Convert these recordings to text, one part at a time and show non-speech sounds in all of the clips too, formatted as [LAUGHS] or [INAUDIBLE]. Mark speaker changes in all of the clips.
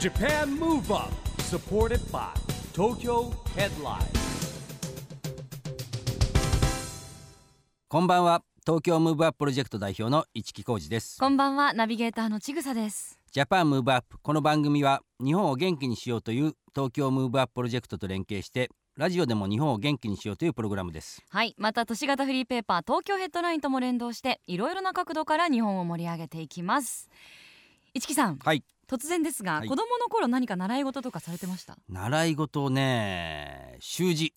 Speaker 1: JAPAN MOVE UP SUPPORTED BY TOKYO HEADLINE
Speaker 2: こんばんは東京ムーブアッププロジェクト代表の市木浩司です
Speaker 3: こんばんはナビゲーターのちぐさです。
Speaker 2: ジャパンムーブアップこの番組は日本を元気にしようという東京ムーブアッププロジェクトと連携してラジオでも日本を元気にしようというプログラムです
Speaker 3: はい、また都市型フリーペーパー東京ヘッドラインとも連動していろいろな角度から日本を盛り上げていきます。一木さん、
Speaker 2: はい
Speaker 3: 突然ですが、
Speaker 2: はい
Speaker 3: 子供の頃何か習い事とかされてました？
Speaker 2: 習い事をね習字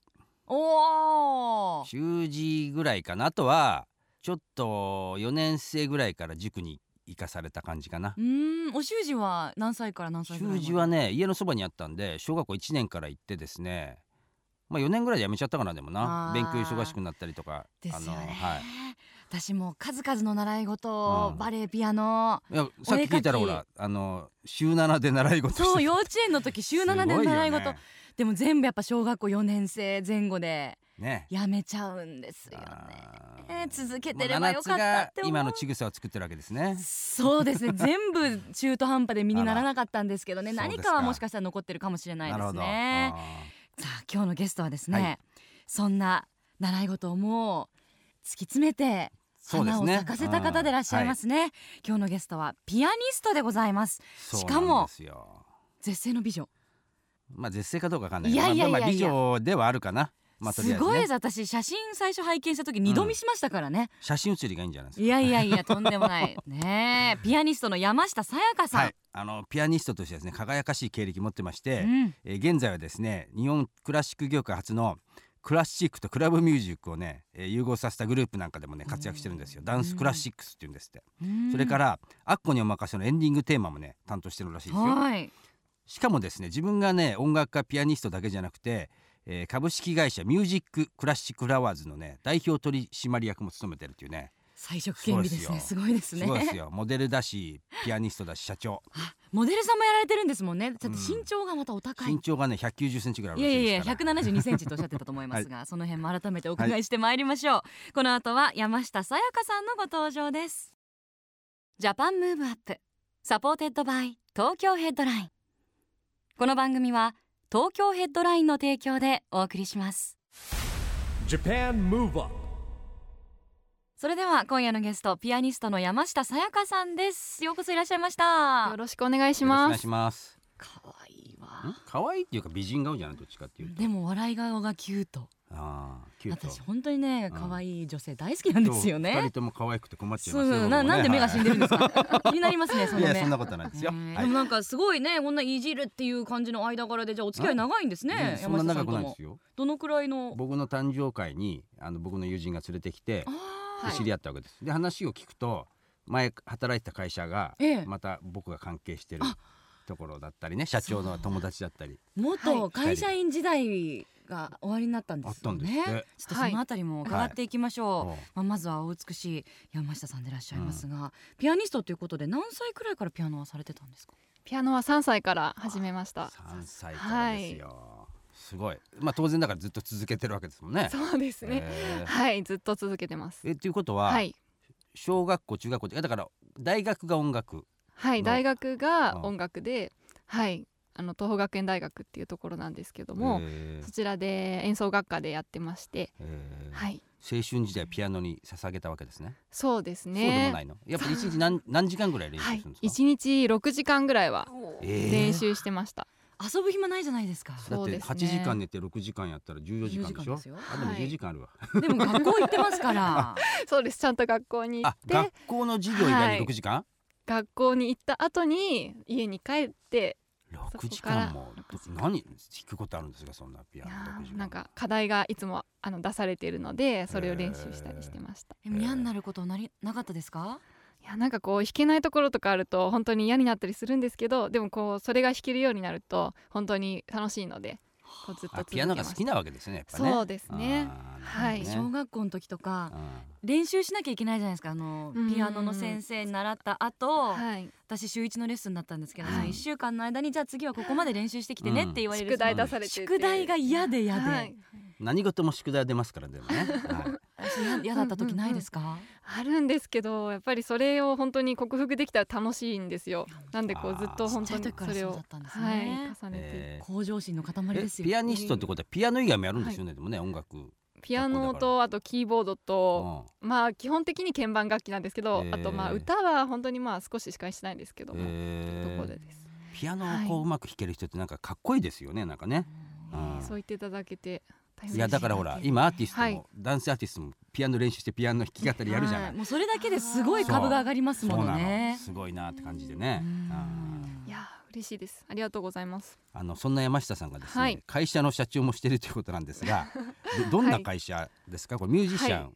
Speaker 3: おお、
Speaker 2: 習字ぐらいかなあとはちょっと4年生ぐらいから塾に行かされた感じかな
Speaker 3: うーん、お習字は何歳から何歳ぐらいま
Speaker 2: 習
Speaker 3: で？
Speaker 2: 字はね家のそばにあったんで小学校1年から行ってですねまあ4年ぐらいでやめちゃったかなでもな
Speaker 3: あー
Speaker 2: 勉強忙しくなったりとか
Speaker 3: ですよね。
Speaker 2: はい
Speaker 3: 私も数々の習い事、
Speaker 2: うん
Speaker 3: バレエ、ピ
Speaker 2: [LAUGHS]
Speaker 3: アノ、
Speaker 2: いやさっき聞いたら
Speaker 3: お絵描き
Speaker 2: ほらあの週7で習い事して
Speaker 3: そう幼稚園の時週7で習い
Speaker 2: す
Speaker 3: 事、
Speaker 2: ごよね
Speaker 3: でも全部やっぱ小学校4年生前後で
Speaker 2: ね
Speaker 3: やめちゃうんですよね。
Speaker 2: あー
Speaker 3: ね続け
Speaker 2: まあ
Speaker 3: てればよかったっ
Speaker 2: 七つが
Speaker 3: て思う、
Speaker 2: 今のちぐさを作ってるわけですね
Speaker 3: そうです
Speaker 2: [LAUGHS]
Speaker 3: ね全部中途半端で身にならなかったんですけどね
Speaker 2: あらそうで
Speaker 3: 何
Speaker 2: すか
Speaker 3: かはもしかしたら残ってるかもしれないですね
Speaker 2: あ
Speaker 3: さあ今日のゲストはですね、
Speaker 2: はい
Speaker 3: そんな習い事をもう突き詰めて
Speaker 2: そうですね
Speaker 3: 花を咲かせた方でいらっしゃいますね、今日のゲストはピアニストでございます
Speaker 2: ーそう
Speaker 3: し
Speaker 2: な
Speaker 3: か
Speaker 2: ん
Speaker 3: も
Speaker 2: ですよ
Speaker 3: 絶世の美女、
Speaker 2: まあ絶世かどうかわかんないけ
Speaker 3: い
Speaker 2: ど
Speaker 3: やいや
Speaker 2: まあ
Speaker 3: いや
Speaker 2: まあ
Speaker 3: い
Speaker 2: 美
Speaker 3: や
Speaker 2: 女ではあるかなまあとりあ
Speaker 3: す
Speaker 2: えず
Speaker 3: ごいで
Speaker 2: ね
Speaker 3: す私写真最初拝見した時二度見しました
Speaker 2: [LAUGHS]
Speaker 3: からね、
Speaker 2: 写真写りがいいんじゃないです
Speaker 3: いやいやいやとんでもないねえピアニストの山下さやか
Speaker 2: か
Speaker 3: さん、
Speaker 2: はいあのピアニストとしてですね輝かしい経歴持ってまして、
Speaker 3: うん
Speaker 2: えー現在はですね日本クラシック業界初のクラシックとクラブミュージックをね、えー融合させたグループなんかでもね活躍してるんですよダンスクラシックスっていうんですって、
Speaker 3: うん
Speaker 2: それから「アッコにお任せ」のエンディングテーマもね担当してるらしいですよ
Speaker 3: はい
Speaker 2: しかもですね自分がね音楽家ピアニストだけじゃなくて、えー株式会社ミュージッククラシックフラワーズのね代表取締役も務めてるっていうね
Speaker 3: 彩色権利ですねす
Speaker 2: そ
Speaker 3: ごいです
Speaker 2: す
Speaker 3: ね
Speaker 2: ごいですよモデルだしピアニストだし社長
Speaker 3: モデルさんもやられてるんですもんねちょっと
Speaker 2: うん
Speaker 3: 身長がまたお高い、
Speaker 2: 身長がね1 9 0センチぐらいあ
Speaker 3: い
Speaker 2: るら
Speaker 3: や
Speaker 2: しい
Speaker 3: いやい
Speaker 2: で
Speaker 3: や
Speaker 2: すから
Speaker 3: 172センチとおっしゃってたと思いますが、その辺も改めてお伺いしてまいりましょう、この後は山下さやかさんのご登場ですジャパンムーブアップサポーテッドバイ東京ヘッドラインこの番組は東京ヘッドラインの提供でお送りします
Speaker 1: JAPAN MOVE UP
Speaker 3: それでは今夜のゲストピアニストの山下さやかさんですようこそいらっしゃいました
Speaker 4: よろしくお願いし
Speaker 2: よろくお
Speaker 4: ま
Speaker 2: 願い
Speaker 4: す
Speaker 2: し。ます
Speaker 3: かわいい
Speaker 2: ん
Speaker 3: わ
Speaker 2: 可愛いっていうか美人顔じゃないどっちかっていうと
Speaker 3: でも笑い顔がキュート
Speaker 2: ああキュート
Speaker 3: 私本当にね
Speaker 2: ん
Speaker 3: 可愛い女性大好きなんですよ
Speaker 2: 今日二
Speaker 3: ね
Speaker 2: 人。とも可愛くて困っちゃい
Speaker 3: そ
Speaker 2: ま
Speaker 3: う
Speaker 2: すね
Speaker 3: そ
Speaker 2: 僕も
Speaker 3: うな
Speaker 2: ね
Speaker 3: なんで目が死んでるんですか。気になりますねそ
Speaker 2: [LAUGHS] はいい
Speaker 3: の
Speaker 2: や
Speaker 3: 目。
Speaker 2: そんなことないですよ
Speaker 3: ね
Speaker 2: は
Speaker 3: でも
Speaker 2: い
Speaker 3: なんかすごいねこんないじるっていう感じの間柄でじゃあお付き合い長いんですね
Speaker 2: そん
Speaker 3: 山
Speaker 2: な
Speaker 3: 下
Speaker 2: 長
Speaker 3: さ
Speaker 2: く
Speaker 3: んと
Speaker 2: ないで
Speaker 3: も
Speaker 2: す。よ
Speaker 3: どのくらいの。
Speaker 2: 僕の誕生会にあの僕の友人が連れてきて
Speaker 3: あ
Speaker 2: で
Speaker 3: ー
Speaker 2: 知り合ったわけですで話を聞くと前働いてた会社が
Speaker 3: ええ
Speaker 2: また僕が関係してるところだったりね社長の友達だったり
Speaker 3: 元会社員時代が終わりになったんで
Speaker 2: あっ
Speaker 3: す
Speaker 2: た
Speaker 3: よ
Speaker 2: んですって
Speaker 3: ね。ちょっとそのあたりも伺っていきましょう。
Speaker 2: はい
Speaker 3: まあまずはお美しい山下さんでいらっしゃいますが、ピアニストということで何歳くらいからピアノはされてたんですか。
Speaker 4: ピアノは3歳から始めました。
Speaker 2: 3歳からですよすごいまあ当然だからずっと続けてるわけですもんね
Speaker 4: そうですね。
Speaker 2: え
Speaker 4: はい、ずっと続けてます。
Speaker 2: えということは
Speaker 4: はい、
Speaker 2: 小学校中学校ってだから大学が音楽
Speaker 4: はい、
Speaker 2: の
Speaker 4: 大学
Speaker 2: あ
Speaker 4: が音楽で、はい、あの東邦学園大学っていうところなんですけども、
Speaker 2: えー
Speaker 4: そちらで演奏学科でやってまして、
Speaker 2: えー
Speaker 4: はい、
Speaker 2: 青春時代ピアノに捧げたわけですね
Speaker 4: そうです
Speaker 2: そうでもな
Speaker 4: ね。
Speaker 2: いのやっぱり一日何何時間ぐらい練習す
Speaker 4: は
Speaker 2: る
Speaker 4: い
Speaker 2: ん、ですか、
Speaker 4: 一日6時間ぐらいは
Speaker 2: えー
Speaker 4: 練習してました。
Speaker 3: 遊ぶ暇ないじゃないですか。
Speaker 2: だっ
Speaker 4: そう
Speaker 2: て
Speaker 4: ですね
Speaker 2: 8時間寝て6時間やったら14時間でしょ
Speaker 3: 14時間ですよ
Speaker 2: あでも
Speaker 4: はい
Speaker 2: 10時間あるわ、
Speaker 3: でも学校行ってま
Speaker 2: [LAUGHS]
Speaker 3: すから。
Speaker 4: そうです。ちゃんと学校に行
Speaker 2: あ
Speaker 4: って
Speaker 2: 学、校の授業以外
Speaker 4: は
Speaker 2: に
Speaker 4: い
Speaker 2: 6時間、
Speaker 4: 学校に行った後に家に帰って、
Speaker 2: 六6時間も
Speaker 4: そこから6時間
Speaker 2: ど何弾くことあるんですかそんなピア
Speaker 4: い
Speaker 2: ノ
Speaker 4: や
Speaker 2: 6時
Speaker 4: ー
Speaker 2: 間
Speaker 4: なんか課題がいつもあの出されているのでそれを練習したりしてました、
Speaker 3: でも嫌になることなりなかったですか？
Speaker 4: いやなんかこう弾けないところとかあると本当に嫌になったりするんですけどでもこうそれが弾けるようになると本当に楽しいのでこうずっと
Speaker 2: あ
Speaker 4: 続
Speaker 2: ピ
Speaker 4: け
Speaker 2: アノ
Speaker 4: ま
Speaker 2: が
Speaker 4: し
Speaker 2: 好
Speaker 4: た
Speaker 2: きなわけですねやっぱね
Speaker 4: そうですね
Speaker 2: あーなるほどね
Speaker 3: 小学校の時とか
Speaker 2: うん
Speaker 3: 練習しなきゃいけないじゃないですか。あの
Speaker 4: うん
Speaker 3: ピアノの先生に習った後、
Speaker 4: はい
Speaker 3: 私週一のレッスンだったんですけど、
Speaker 2: はい
Speaker 3: その一週間の間にじゃあ次はここまで練習してきてねって言われる。
Speaker 4: 宿題出されてて
Speaker 3: 宿題が嫌で嫌で、
Speaker 4: はい [LAUGHS]
Speaker 2: 何事も宿題出ますからでもね、はい
Speaker 3: 嫌だった時ないですか、
Speaker 4: あるんですけどやっぱりそれを本当に克服できたら楽しいんですよなんでこ
Speaker 2: あ
Speaker 4: う
Speaker 2: ー
Speaker 4: ずっと本当
Speaker 3: ちっ
Speaker 4: に
Speaker 3: ちゃい時か
Speaker 4: そ
Speaker 3: ら
Speaker 4: れ
Speaker 3: そう
Speaker 4: を
Speaker 3: だったんです
Speaker 4: はい
Speaker 3: ね
Speaker 4: 重ねて
Speaker 2: えー
Speaker 3: 向上心の塊
Speaker 2: え
Speaker 3: ですよ
Speaker 2: ピアニストってことはピアノ以外もやるんですよね、でもね音楽、
Speaker 4: ピアノとあとキーボード
Speaker 2: う
Speaker 4: と
Speaker 2: ん
Speaker 4: まあ基本的に鍵盤楽器なんですけど
Speaker 2: えー
Speaker 4: あとまあ歌は本当にまあ少ししかしないんですけども
Speaker 2: え
Speaker 4: どこ
Speaker 2: ー
Speaker 4: でです
Speaker 2: ピアノをこううまく弾ける人ってなんかかっこいいですよねなんかね、うん
Speaker 4: そう言っていただけて大変
Speaker 2: いやだからほら今アーティストも、
Speaker 4: はい
Speaker 2: 男性アーティストもピアノ練習してピアノの弾き語りやるじゃない、
Speaker 3: はいもうそれだけですごい株が上がります
Speaker 2: そう
Speaker 3: もの
Speaker 2: なの
Speaker 3: ね
Speaker 2: すごいなって感じでね
Speaker 3: うん
Speaker 2: うん
Speaker 4: いやー嬉しいですありがとうございます
Speaker 2: あのそんな山下さんがですね、
Speaker 4: はい
Speaker 2: 会社の社長もしてるということなんですがどどんな会社ですかこれミュージシャン、
Speaker 4: はい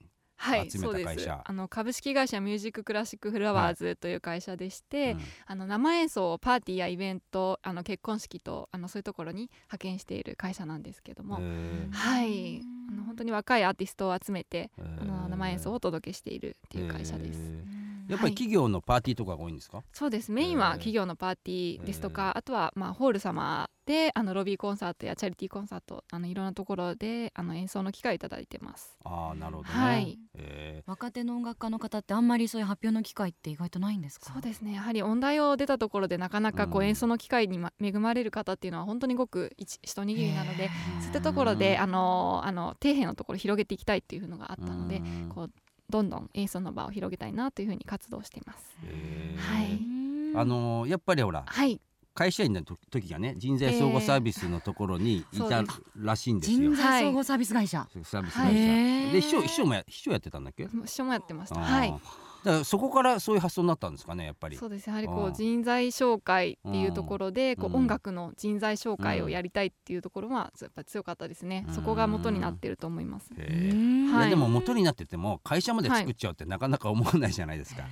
Speaker 2: 集めた
Speaker 4: そう
Speaker 2: 会
Speaker 4: です
Speaker 2: 社
Speaker 4: あの株式会社ミュージッククラシックフラワーズという会社でして、
Speaker 2: うん
Speaker 4: あの生演奏をパーティーやイベントあの結婚式とあのそういうところに派遣している会社なんですけども、
Speaker 2: えー
Speaker 4: はいあの本当に若いアーティストを集めて、
Speaker 2: えー
Speaker 4: あの生演奏をお届けしているっていう会社です、
Speaker 2: えー
Speaker 3: うん
Speaker 2: やっぱり企業のパーティーとかが多いんですか、
Speaker 4: そうですメインは企業のパーティーですとか、あとはまあホール様であのロビーコンサートやチャリティーコンサートあのいろんなところであの演奏の機会をいただいてます
Speaker 2: ああなるほどね、
Speaker 4: はい
Speaker 2: え
Speaker 3: 若手の音楽家の方ってあんまりそういう発表の機会って意外とないんですか
Speaker 4: そうですねやはり音大を出たところでなかなかこ
Speaker 2: う
Speaker 4: うん演奏の機会に、ま恵まれる方っていうのは本当にごく一一握りなのでそういったところであのあの底辺のところを広げていきたいっていうのがあったので
Speaker 2: うん
Speaker 4: こうどんどん演奏の場を広げたいなというふうに活動しています。
Speaker 2: えー
Speaker 4: は
Speaker 3: う
Speaker 4: い
Speaker 3: ん
Speaker 2: あのーやっぱりほら
Speaker 4: はい、
Speaker 2: 会社員の時時がね人材総合サービスのところにい
Speaker 4: そう
Speaker 2: た
Speaker 4: です
Speaker 2: らしいんですよ
Speaker 3: 人。材総合サービス会社、
Speaker 2: サービス
Speaker 4: は
Speaker 2: 会
Speaker 4: い
Speaker 2: 社、
Speaker 3: へー
Speaker 2: で秘書秘書もや秘書やってたんだっけ？
Speaker 4: もう一緒もやってまし
Speaker 2: あ
Speaker 4: た。
Speaker 2: ー
Speaker 4: はい、
Speaker 2: だからそこからそういう発想になったんですかねやっぱり。
Speaker 4: そうです。やはり
Speaker 2: あ
Speaker 4: こ
Speaker 2: ー
Speaker 4: う人材紹介っていうところで、こ
Speaker 2: うん
Speaker 4: う音楽の人材紹介をやりたいっていうところはやっぱ強かったですね。そこが元になってると思います。
Speaker 2: へ
Speaker 3: う
Speaker 2: ー
Speaker 3: ん
Speaker 2: い
Speaker 4: は
Speaker 2: や
Speaker 4: い
Speaker 2: でも元になってても会社まで作っちゃうってなかなか思わないじゃないですか。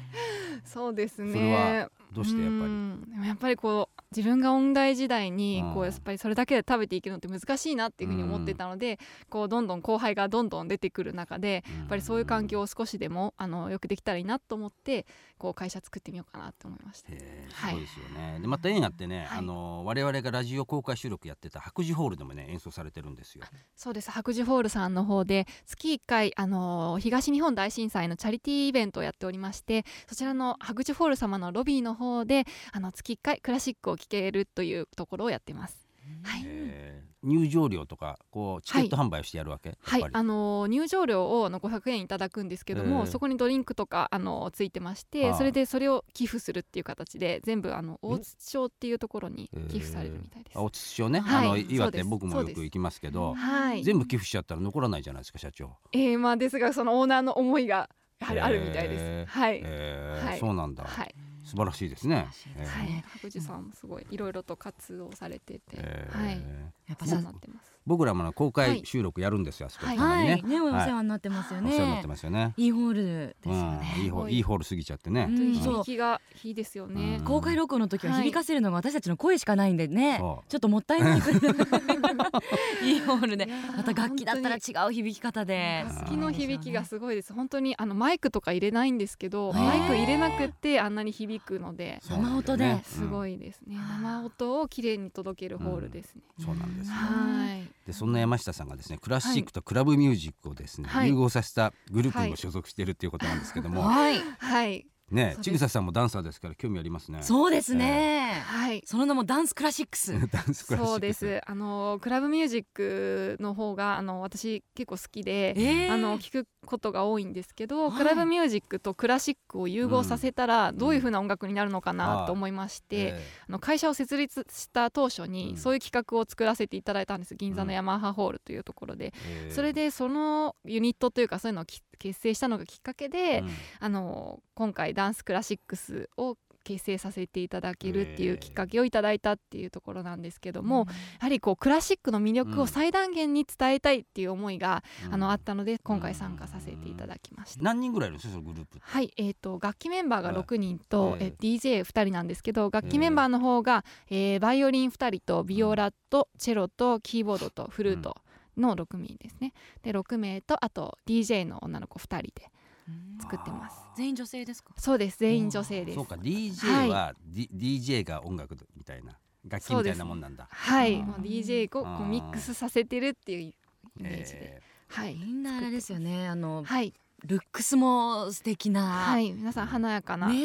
Speaker 4: そうですね。
Speaker 2: それはどうしてやっぱり。
Speaker 4: りでもやっぱりこう自分が音大時代に
Speaker 2: うん
Speaker 4: こうやっぱりそれだけで食べていけるのって難しいなっていうふうに思ってたので、こうどんどん後輩がどんどん出てくる中で
Speaker 2: や
Speaker 4: やっぱりそういう環境を少しでもあのよくできたらいいなと思ってこう会社作ってみようかなと思いました。
Speaker 2: へー
Speaker 4: はい
Speaker 2: すごいですよね。でまた縁あってね、
Speaker 4: はい
Speaker 2: あの我々がラジオ公開収録やってた白磁ホールでもね演奏されてるんですよ。
Speaker 4: そうです白磁ホールさんの方で月1回あの東日本大震災のチャリティーイベントをやっておりましてそちらの白磁ホール様のロビーの方であの月1回クラシックを聴けるというところをやってます。はい、
Speaker 2: へー入場料とかこうチケット販売をしてやるわけ。
Speaker 4: は
Speaker 2: や
Speaker 4: い
Speaker 2: っ、ぱ
Speaker 4: あ
Speaker 2: り
Speaker 4: のー入場料をあの500円いただくんですけども、
Speaker 2: ええ
Speaker 4: そこにドリンクとかあのーついてまして、
Speaker 2: はい
Speaker 4: それでそれを寄付するっていう形で全部あの大津町っていうところに
Speaker 2: えー
Speaker 4: 寄付されるみたいです。
Speaker 2: あおつしをね、
Speaker 4: はい
Speaker 2: あの岩
Speaker 4: そうで
Speaker 2: 手
Speaker 4: す
Speaker 2: 僕も
Speaker 4: そ
Speaker 2: よ
Speaker 4: うです
Speaker 2: く行きますけど、
Speaker 4: はい、
Speaker 2: 全部寄付しちゃったら残らないじゃないですか社長。
Speaker 4: えーまあですがそのオーナーの思いがやはり
Speaker 2: えー
Speaker 4: あるみたいです。はい、
Speaker 2: えー
Speaker 4: はい
Speaker 2: そうなんだ、
Speaker 4: はい、
Speaker 2: 素晴らしいですね。えー
Speaker 4: は
Speaker 3: ね
Speaker 4: い、白寿さんもすごいいろいろと活動されてて、
Speaker 2: えー
Speaker 4: はい、
Speaker 3: やっぱ
Speaker 4: そ
Speaker 3: さ
Speaker 4: うなってます。
Speaker 2: 僕らもあの公
Speaker 4: は
Speaker 2: 開
Speaker 4: い
Speaker 2: 収録やるんですよ、あそこた
Speaker 4: はい
Speaker 2: ま
Speaker 3: は
Speaker 2: にね。
Speaker 3: い、ね、お世
Speaker 2: はい
Speaker 3: 話になってますよ
Speaker 2: お
Speaker 3: ね。
Speaker 2: 世話になってますよね。
Speaker 3: いいホールですよ
Speaker 2: うん、いい
Speaker 3: ね。
Speaker 2: ホ
Speaker 4: すごい
Speaker 2: いいホール過ぎちゃってね。
Speaker 3: うん
Speaker 4: 本当に
Speaker 2: うん
Speaker 4: 響きがいいですよね。
Speaker 2: うん
Speaker 3: 公開録音の時は響かせるのが私たちの声しかないんでね、
Speaker 2: そう
Speaker 3: ちょっともったい [LAUGHS] ないくらいいいホールで
Speaker 4: いやー
Speaker 3: また楽器だったら違う響き方で
Speaker 4: 楽器の響きが
Speaker 3: す
Speaker 4: すごいです本当にあのマイクとか入れないんですけ
Speaker 2: へ
Speaker 4: ど
Speaker 2: ー
Speaker 4: マイク入れなくてあんなに響くので
Speaker 2: そうなんだよね
Speaker 4: すごいですね生音をきれいに届けるホールですね、
Speaker 2: うんそうなんですよ。
Speaker 4: はい
Speaker 2: でそんな山下さんがですねクラシックとクラブミュージックをですね、
Speaker 4: はい
Speaker 2: 融合させたグループに
Speaker 4: は
Speaker 2: も
Speaker 4: い
Speaker 2: 所属しているということなんですけども、
Speaker 3: はい
Speaker 4: はい
Speaker 2: ね
Speaker 4: そうです
Speaker 2: ちぐささんもダンサーですから興味ありますね。
Speaker 3: そうですね、
Speaker 2: [LAUGHS]
Speaker 4: はい
Speaker 3: その名もダンスクラシックス
Speaker 2: ダンスクラシック
Speaker 4: そうですあのクラブミュージックの方があの私結構好きで、
Speaker 3: えー
Speaker 4: あの聞くことが多いんですけど、
Speaker 3: はい
Speaker 4: クラブミュージックとクラシックを融合させたらどういう風な音楽になるのか
Speaker 2: うん
Speaker 4: なと思いまして、
Speaker 2: え
Speaker 4: あの会社を設立した当初
Speaker 2: うん
Speaker 4: にそういう企画を作らせていただいたんです銀座
Speaker 2: うん
Speaker 4: のヤマハホールというところで、
Speaker 2: えええ
Speaker 4: それでそのユニットというかそういうのをき結成したのがきっかけで、
Speaker 2: うん
Speaker 4: あの今回ダンスクラシックスを結成させていただけるってい
Speaker 2: ええ
Speaker 4: うきっかけをいただいたっていうところなんですけども、やはりこうクラシックの魅力
Speaker 2: うん
Speaker 4: を最大限に伝えたいっていう思いが、
Speaker 2: うん
Speaker 4: あのあったので今回参加させていただきました。
Speaker 2: 何人ぐらいいるんですかそのグループって。
Speaker 4: はい、えー、と楽器メンバーが
Speaker 2: はい
Speaker 4: 6人と、
Speaker 2: え
Speaker 4: え DJ2 人なんですけど楽器メンバーの方が、えーバイオリン2人とビオラとチェロとキーボードとフルートの6人ですねで6名とあと DJ の女の子2人で作ってます
Speaker 3: 全員女性ですか
Speaker 4: そうです全員女性です
Speaker 2: そうか DJ は、D DJ が音楽みたいな楽器みたいなもんなんだ。
Speaker 4: はい
Speaker 2: あー
Speaker 4: もう DJ を
Speaker 2: あ
Speaker 4: こ
Speaker 2: ー
Speaker 4: うミックスさせてるっていうイメージで、
Speaker 2: ええ
Speaker 4: はい
Speaker 3: みんなあれですよねあの
Speaker 4: はい、
Speaker 3: ルックスも素敵な、
Speaker 4: はい、皆さん華やかな
Speaker 3: ね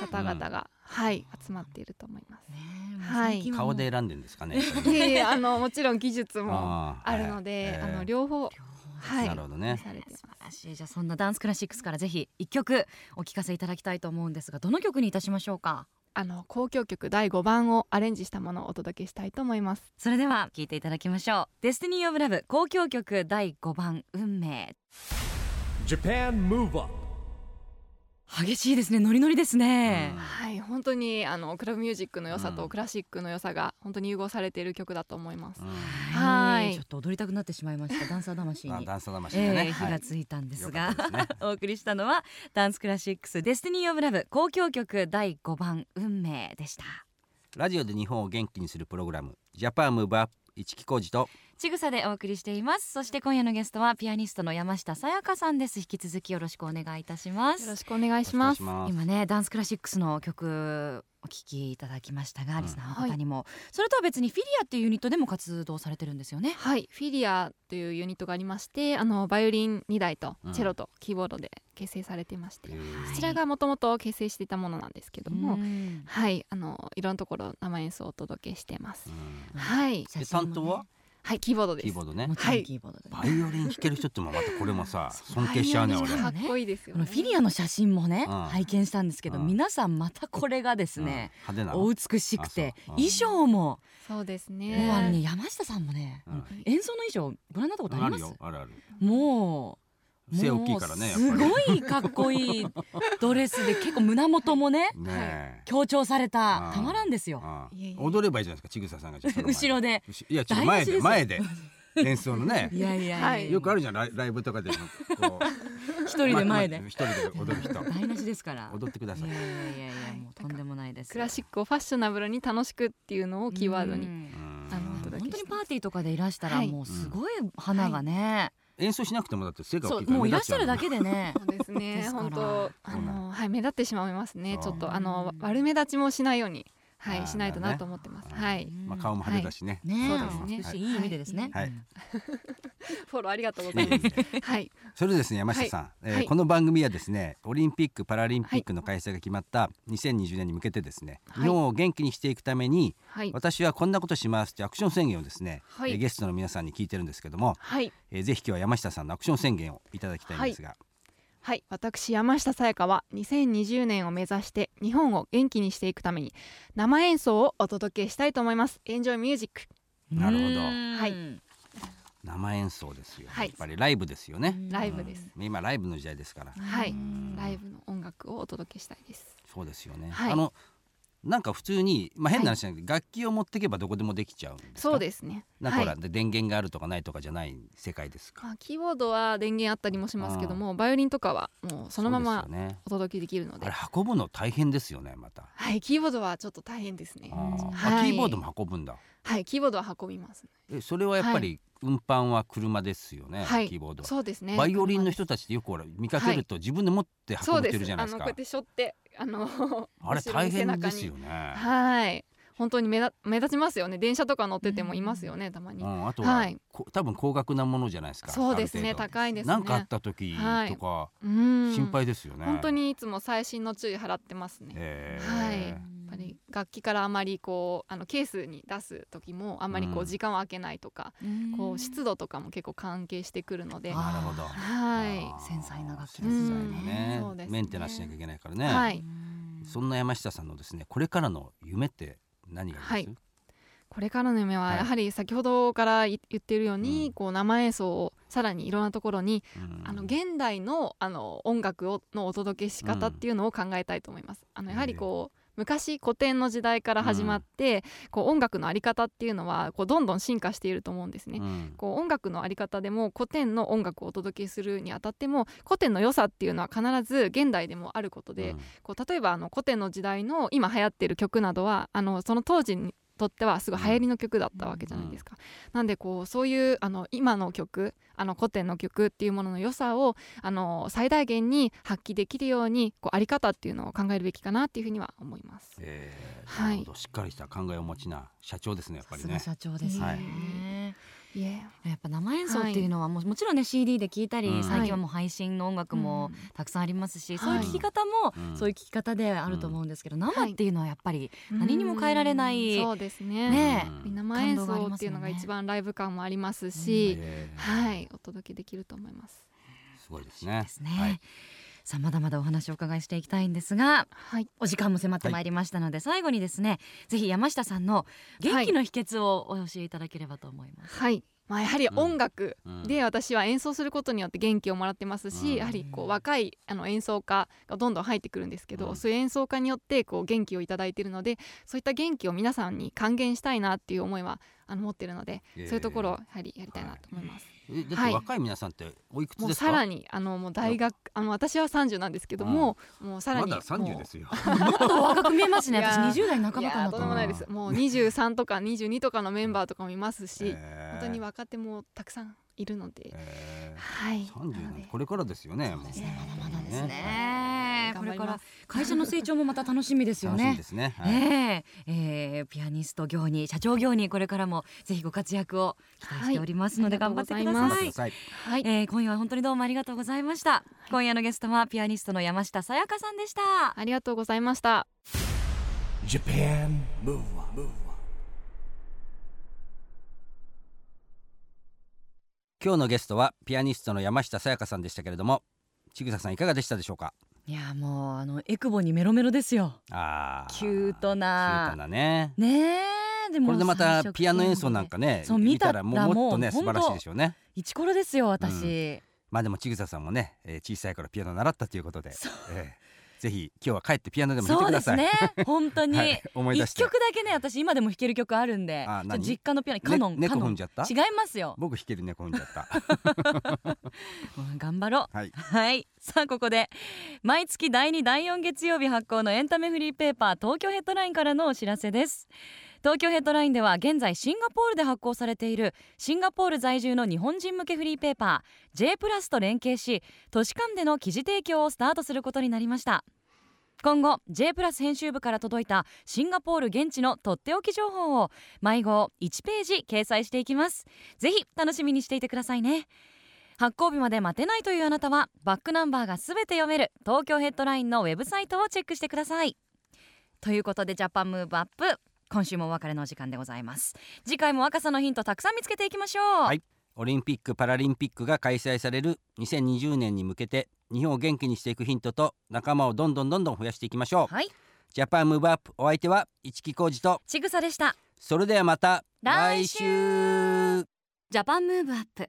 Speaker 3: え
Speaker 4: 方々が、はい集まっていると思います。
Speaker 3: ねえもう
Speaker 4: はい
Speaker 3: 最近はも
Speaker 2: 顔
Speaker 3: う
Speaker 2: で選んでんですかね。
Speaker 4: [LAUGHS] いえいえあのもちろん技術も
Speaker 2: あー
Speaker 4: あるので、
Speaker 2: はい
Speaker 4: あの両方
Speaker 3: 両方
Speaker 4: はい
Speaker 2: なるほどね。
Speaker 4: されて
Speaker 3: 素
Speaker 4: ま
Speaker 3: 晴らしいじゃあそんなダンスクラシックスからぜひ一曲お聴かせいただきたいと思うんですがどの曲にいたしましょうか
Speaker 4: あの交響曲第5番をアレンジしたものをお届けしたいと思います。
Speaker 3: それでは聴いていただきましょう「デスティニー・オブ・ラブ」交響曲第5番「運命
Speaker 1: Japan Move Up」
Speaker 3: 激しいですねノリノリですね、
Speaker 4: はい、本当にあのクラブミュージックの良さ
Speaker 2: う
Speaker 4: と
Speaker 2: ん
Speaker 4: クラシックの良さが本当に融合されている曲だと思います。
Speaker 2: うん
Speaker 3: は
Speaker 4: はい
Speaker 3: いちょっと踊りたくなってしまいましたダンサー魂
Speaker 2: まあ
Speaker 3: に
Speaker 2: ダンス魂が
Speaker 3: え
Speaker 2: ね。
Speaker 3: え火
Speaker 2: はい
Speaker 3: がついたんです
Speaker 2: よ
Speaker 3: が、
Speaker 2: かったですね
Speaker 3: [LAUGHS] お送りしたのはダンスクラシックスデスティニーオブラブ交響曲第5番運命でした
Speaker 2: ラジオで日本を元気にするプログラムジャパンムーブアップ一木工事と
Speaker 3: ちぐさでお送りしていますそして今夜のゲストはピアニストの山下さやかさんです引き続きよろしくお願いいたしま
Speaker 4: よろ
Speaker 3: す
Speaker 4: しくお願いします。
Speaker 2: お願いし
Speaker 3: 今ねダンスクラシックスの曲お聴きいただきましたが、
Speaker 2: うん
Speaker 3: リスナーの方にも、それとは別にフィリアっていうユニットでも活動されてるんですよね
Speaker 4: はい、フィリアというユニットがありまして、あのバイオリン2台と
Speaker 2: うん
Speaker 4: チェロとキーボードで結成されてまして、
Speaker 2: ますえ
Speaker 4: こ
Speaker 2: ー
Speaker 4: ちらがもともと結成していたものなんですけども、
Speaker 3: うん
Speaker 4: はい、あのいろんなところ生演奏をお届けしてます
Speaker 2: う。ん
Speaker 4: はい、
Speaker 3: 写
Speaker 2: で
Speaker 3: 真
Speaker 2: 担
Speaker 3: も
Speaker 2: 当は
Speaker 4: はい、キーボードで
Speaker 2: キー
Speaker 4: す。
Speaker 2: ボード
Speaker 3: ね
Speaker 2: ね
Speaker 3: もちろんキーボードで、
Speaker 2: バイオリン弾ける人ってもまたこれも
Speaker 3: [LAUGHS]
Speaker 2: さ尊敬しちゃうね
Speaker 3: バイオ
Speaker 2: 俺
Speaker 3: リン
Speaker 4: か
Speaker 3: 弾
Speaker 4: っこいいですよ、
Speaker 3: この
Speaker 4: ね。
Speaker 3: フィリアの写真もね、
Speaker 2: うん
Speaker 3: 拝見したんですけど、
Speaker 2: うん
Speaker 3: 皆さんまたこれがですね、
Speaker 2: うん派手なの
Speaker 3: お美しくて、
Speaker 2: あそううん
Speaker 3: 衣装も、
Speaker 4: そうです
Speaker 2: え
Speaker 3: もうあの
Speaker 4: ね。
Speaker 3: ね山下さんもね、
Speaker 2: うん
Speaker 3: 演奏の衣装ご覧になったことあ
Speaker 2: あ
Speaker 3: りま
Speaker 2: る
Speaker 3: す
Speaker 2: よあるある
Speaker 3: もう
Speaker 2: 背大きいからねやっぱり
Speaker 3: もうすごいかっこいいドレスで結構胸元もね
Speaker 2: ねえ
Speaker 3: 強調された
Speaker 2: うん
Speaker 3: たまらんですよ
Speaker 4: いえいえ
Speaker 2: うん踊ればいいじゃないですかちぐささんがじゃあその前
Speaker 3: 後ろで
Speaker 2: うしいやちょっと前で
Speaker 3: 台
Speaker 2: 前で演奏のね
Speaker 3: いやいやいや
Speaker 4: はい
Speaker 2: よくあ
Speaker 3: る
Speaker 2: るじゃんライライブと
Speaker 3: [LAUGHS]
Speaker 2: かでもこう
Speaker 3: 一人で前で
Speaker 2: ま一人で踊る人
Speaker 3: 台無しですから
Speaker 2: 踊ってください
Speaker 3: いやいやいやいや
Speaker 4: はい
Speaker 3: もうとんでもないです
Speaker 4: クラシックをファッショナブルに楽しくっていうのをキーワード
Speaker 3: う
Speaker 4: に。
Speaker 3: ん
Speaker 2: うん
Speaker 4: あの本当だ
Speaker 3: 本当にパーティーとかでいらしたら
Speaker 4: はい
Speaker 3: もうすごい花がね
Speaker 2: 演奏しなくてもだって背が
Speaker 3: そ
Speaker 2: 大き
Speaker 3: う
Speaker 2: いから
Speaker 3: もう
Speaker 2: 目
Speaker 3: いらっ
Speaker 2: 立っ
Speaker 3: し
Speaker 2: ちゃ
Speaker 3: ゃ
Speaker 2: うも
Speaker 3: る
Speaker 2: ん
Speaker 3: だけでね
Speaker 4: そうです
Speaker 3: で
Speaker 4: ね。
Speaker 3: すから
Speaker 4: 本当あのはい目立ってしまいますね。ち
Speaker 2: そう
Speaker 4: ょっとあの
Speaker 3: うん
Speaker 4: 悪目立ちもしないようには
Speaker 2: あー
Speaker 4: いしないと
Speaker 2: な
Speaker 4: な
Speaker 2: る
Speaker 4: と
Speaker 2: ほ
Speaker 4: 思ってます。
Speaker 2: あー
Speaker 4: はい。
Speaker 2: まあ顔も派手だしね
Speaker 3: ね
Speaker 4: そうですね
Speaker 3: 美しいいい意味でですね
Speaker 2: はい
Speaker 4: フォローありがとうご
Speaker 2: い
Speaker 4: ざ
Speaker 2: え
Speaker 4: い
Speaker 2: いえ
Speaker 4: ま
Speaker 2: いえ [LAUGHS]
Speaker 4: す。はい。
Speaker 2: それでですね山下さん、えー
Speaker 4: はい
Speaker 2: この番組はですねオリンピック・パラリンピックの開催が決まった2020年に向けてですね、
Speaker 4: はい
Speaker 2: 日本を元気にしていくために、
Speaker 4: はい。
Speaker 2: 私はこんなことしますというアクション宣言をですね、
Speaker 4: はい
Speaker 2: えーゲストの皆さんに聞いてるんですけども、
Speaker 4: はい。
Speaker 2: えーぜひ今日は山下さんのアクション宣言をいただきたいんですが、
Speaker 4: はい私山下さやかは2020年を目指して日本を元気にしていくために生演奏をお届けしたいと思いますエンジョイミュージック
Speaker 2: なるほど
Speaker 3: うん
Speaker 4: はい
Speaker 2: 生演奏ですよ、
Speaker 4: はい
Speaker 2: やっぱりライブですよね、
Speaker 4: ライブです
Speaker 2: うん今ライブの時代ですから、
Speaker 4: はい
Speaker 2: うん
Speaker 4: ライブの音楽をお届けしたいです
Speaker 2: そうですよね、
Speaker 4: はい
Speaker 2: あのなんか普通に、まあ、変な話じゃなくて、楽器を持っていけばどこでもできちゃうんですか
Speaker 4: そうですね
Speaker 2: なんかほ
Speaker 4: は
Speaker 2: ら、
Speaker 4: い
Speaker 2: で電源があるとかないとかじゃない世界ですか
Speaker 4: まあ、キーボードは電源あったりもしますけどもバイオリンとかはもうそのま
Speaker 2: そ
Speaker 4: ま
Speaker 2: うですよね
Speaker 4: お届けできるので
Speaker 2: あれ運ぶの大変ですよねまた、
Speaker 4: はいキーボードはちょっと大変ですね
Speaker 2: あー
Speaker 4: はい
Speaker 2: あキーボードも運ぶんだ
Speaker 4: はいキーボードは運びます
Speaker 2: えそれはやっぱり運搬は車ですよね、
Speaker 4: はい
Speaker 2: キーボードは
Speaker 4: そうですね
Speaker 2: バイオリンの人たちってよくほら見かけると自分で持って
Speaker 4: そ
Speaker 2: 運
Speaker 4: う
Speaker 2: べ
Speaker 4: で
Speaker 2: てるじ
Speaker 4: す
Speaker 2: ゃ
Speaker 4: あ
Speaker 2: ない
Speaker 4: の
Speaker 2: です
Speaker 4: こ
Speaker 2: か、
Speaker 4: うやって背負ってあの
Speaker 2: あれ大
Speaker 4: 後ろ
Speaker 2: 変
Speaker 4: に背中
Speaker 2: で
Speaker 4: に
Speaker 2: すよね、
Speaker 4: はい。本当に目立目立ちますよね。電車とか乗っててもいますよね、たま
Speaker 2: う
Speaker 4: に。
Speaker 2: ん、あとは、
Speaker 4: はい
Speaker 2: こ多分高額なものじゃないですか
Speaker 4: そうです
Speaker 2: あ
Speaker 4: ね、
Speaker 2: る程度
Speaker 4: 高いですね。
Speaker 2: なんかあった時
Speaker 4: はい
Speaker 2: とか
Speaker 4: うん
Speaker 2: 心、配ですよね、
Speaker 4: 本当にいつも最新の注意払ってますね。やっ
Speaker 2: え
Speaker 4: はい
Speaker 2: ー
Speaker 4: ぱり楽器からあまりこうあのケースに出す時もあんまり
Speaker 2: う
Speaker 4: こ
Speaker 2: ん
Speaker 4: う時間を空けないとか、こう湿度とかも結構関係してくるので、
Speaker 2: な
Speaker 3: あ
Speaker 2: るほど
Speaker 4: は
Speaker 2: あー
Speaker 3: 繊細な楽器です
Speaker 4: ね
Speaker 2: 繊細なね,、
Speaker 4: うんそうですね
Speaker 2: メンテナンスしなきゃいけないから
Speaker 4: い、
Speaker 2: ね、
Speaker 4: はい。
Speaker 2: そんな山下さんのですねこれからの夢って何があります、
Speaker 4: これからの夢は
Speaker 2: はい
Speaker 4: やはり先ほどからい言っているように、
Speaker 2: うん
Speaker 4: こう生演奏をさらにいろんなところに
Speaker 2: うん
Speaker 4: あの現代のあの音楽をのお届けし方っていうのを考えたいと思います。あのやはりこう昔古典の時代から始まって、こう音楽のあり方っていうのはこうどんどん進化していると思うんですね。
Speaker 2: うん
Speaker 4: こう音楽のあり方でも古典の音楽をお届けするにあたっても古典の良さっていうのは必ず現代でもあることで、
Speaker 2: うん
Speaker 4: こう例えばあの古典の時代の今流行ってる曲などはあのその当時にとってはすごい流行りの曲だったわけじゃないですか。なんでこうそういうあの今の曲あの古典の曲っていうものの良さをあの最大限に発揮できるようにこうあり方っていうのを考えるべきかなっていうふうには思います。
Speaker 2: えー
Speaker 4: はい
Speaker 2: なるほどしっかりした考えをお持ちな社長ですねやっぱ
Speaker 3: さ
Speaker 2: り
Speaker 3: すが
Speaker 2: ね
Speaker 3: 社長ですね、
Speaker 2: はい
Speaker 4: Yeah.
Speaker 3: やっぱ生演奏っていうのはもうもちろんね CD で聴いたり、
Speaker 2: うん
Speaker 3: 最近はもう配信の音楽も
Speaker 4: うん
Speaker 3: たくさんありますし、
Speaker 4: はい
Speaker 3: そういう聴き方も
Speaker 2: うん
Speaker 3: そういう聴き方であると思うんですけど、生っていうのはやっぱり何にも変えられない
Speaker 4: うんそうですね
Speaker 3: ね
Speaker 2: うん
Speaker 4: 生演奏っていうのが一番ライブ感もありますし、
Speaker 2: えー
Speaker 4: はいお届けできると思います
Speaker 2: すごいです
Speaker 3: で
Speaker 2: ね
Speaker 3: すね、
Speaker 2: はい
Speaker 3: さあまだまだお話をお伺いしていきたいんですが
Speaker 4: はい
Speaker 3: お時間も迫ってまいりましたので、最後にですねぜひ山下さんの元気の秘訣をお教えいただければと思います、
Speaker 4: はいまあやはり
Speaker 2: うん
Speaker 4: 音楽
Speaker 2: うん
Speaker 4: で私は演奏することによって元気をもらってま
Speaker 2: う
Speaker 4: す
Speaker 2: ん
Speaker 4: しやはりこう若いあの演奏家がどんどん入ってくるんですけ
Speaker 2: う
Speaker 4: ど
Speaker 2: ん
Speaker 4: そういう演奏家によってこう元気をいただいているのでそういった元気を皆さんに還元したいなっていう思いはあの持ってるので
Speaker 2: え
Speaker 4: そ
Speaker 2: ー
Speaker 4: ういうところをやはりやりたいなと思います。
Speaker 2: えだっ
Speaker 4: は
Speaker 2: て
Speaker 4: い
Speaker 2: 若い皆さんっておいくつ
Speaker 4: も
Speaker 2: で
Speaker 4: う
Speaker 2: すか
Speaker 4: さらにあのもう大学あの私は30なんですけども、もうさら
Speaker 2: ま
Speaker 4: に
Speaker 2: だ三十
Speaker 4: もう
Speaker 2: ですよ
Speaker 3: もっと若く見えますね
Speaker 4: いやー
Speaker 3: 私20代半ば
Speaker 4: い
Speaker 3: か
Speaker 4: や
Speaker 3: な
Speaker 4: ー
Speaker 3: と
Speaker 4: と
Speaker 2: うん
Speaker 4: でも
Speaker 3: 思
Speaker 4: ないですもう23とか22とかのメンバーとかもいますし、
Speaker 2: 本
Speaker 4: 本当に若手もたくさんいるので、はい
Speaker 2: 三十
Speaker 4: なので
Speaker 2: これからですよねもう
Speaker 3: うまだまだですねこ
Speaker 4: 頑張
Speaker 3: れ
Speaker 4: り
Speaker 3: か
Speaker 4: ま
Speaker 3: ら
Speaker 4: す
Speaker 3: 会社の成長もまた楽しみですよ
Speaker 2: 楽しみ
Speaker 3: ね
Speaker 2: ですねはい
Speaker 3: ねええーピアニスト業に社長業にこれからもぜひご活躍を期待しておりますので、
Speaker 4: はいあ
Speaker 3: 頑張
Speaker 4: り
Speaker 3: って
Speaker 4: がと
Speaker 3: く
Speaker 4: う
Speaker 3: だ
Speaker 4: ござい
Speaker 3: さい
Speaker 4: ます
Speaker 2: 頑張ってください
Speaker 4: はい、
Speaker 3: えー今夜は本当にどうもありがとうございました、今夜のゲストはピアニストの山下さやかさんでした
Speaker 4: ありがとうございました
Speaker 1: Japan Move Up, Move Up.
Speaker 2: 今日のゲストはピアニストの山下さやかさんでしたけれどもちぐささんいかがでしたでしょうか
Speaker 3: いやもうあのエクボにメロメロですよ
Speaker 2: あ
Speaker 3: キュートな
Speaker 2: キュートなね
Speaker 3: ねえでも
Speaker 2: これでまた
Speaker 3: 三色
Speaker 2: ピアノ演奏なんかね
Speaker 3: そう見たら
Speaker 2: もうもっとね
Speaker 3: も
Speaker 2: 素
Speaker 3: う
Speaker 2: 晴
Speaker 3: 本当
Speaker 2: らしいでしょうね
Speaker 3: 一コロですよ私、
Speaker 2: まあでもちぐささんもね、えー、小さい頃ピアノ習ったということで
Speaker 3: そう、
Speaker 2: えー、ぜひ今日は帰ってピアノでも弾いて
Speaker 3: そう
Speaker 2: く
Speaker 3: で
Speaker 2: だ
Speaker 3: す
Speaker 2: さい
Speaker 3: ね本当
Speaker 2: [LAUGHS]
Speaker 3: に、
Speaker 2: はい思い出し
Speaker 3: 一
Speaker 2: て
Speaker 3: 曲だけね私今でも弾ける曲あるんで
Speaker 2: あ
Speaker 3: ちょっと
Speaker 2: 何
Speaker 3: 実家のピアノカノン、
Speaker 2: ね
Speaker 3: カ
Speaker 2: 猫
Speaker 3: ノ
Speaker 2: 踏
Speaker 3: ン
Speaker 2: んじゃった
Speaker 3: 違いますよ
Speaker 2: 僕弾ける猫踏んじゃった
Speaker 3: [LAUGHS] もう頑張ろう
Speaker 2: はい
Speaker 3: はいさあここで毎月第2第4月曜日発行のエンタメフリーペーパー東京ヘッドラインからのお知らせです東京ヘッドラインでは現在シンガポールで発行されているシンガポール在住の日本人向けフリーペーパー J プラスと連携し都市間での記事提供をスタートすることになりました今後 J プラス編集部から届いたシンガポール現地のとっておき情報を毎号1ページ掲載していきますぜひ楽しみにしていてくださいね発行日まで待てないというあなたはバックナンバーがすべて読める東京ヘッドラインのウェブサイトをチェックしてくださいということでジャパンムーブアップ今週もお別れのお時間でございます次回も若さのヒントたくさん見つけていきましょう、
Speaker 2: はいオリンピック・パラリンピックが開催される2020年に向けて日本を元気にしていくヒントと仲間をどんどんどんどん増やしていきましょう、
Speaker 3: はい、
Speaker 2: ジャパンムーブアップお相手は市木浩二と
Speaker 3: ちぐさでした
Speaker 2: それではまた
Speaker 3: 来週
Speaker 2: 来週
Speaker 3: ジャパンムーブアップ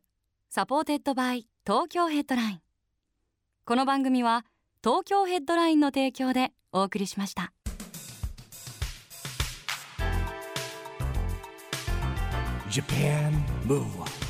Speaker 3: サポーテッドバイ東京ヘッドラインこの番組は東京ヘッドラインの提供でお送りしました
Speaker 1: Japan Move Up.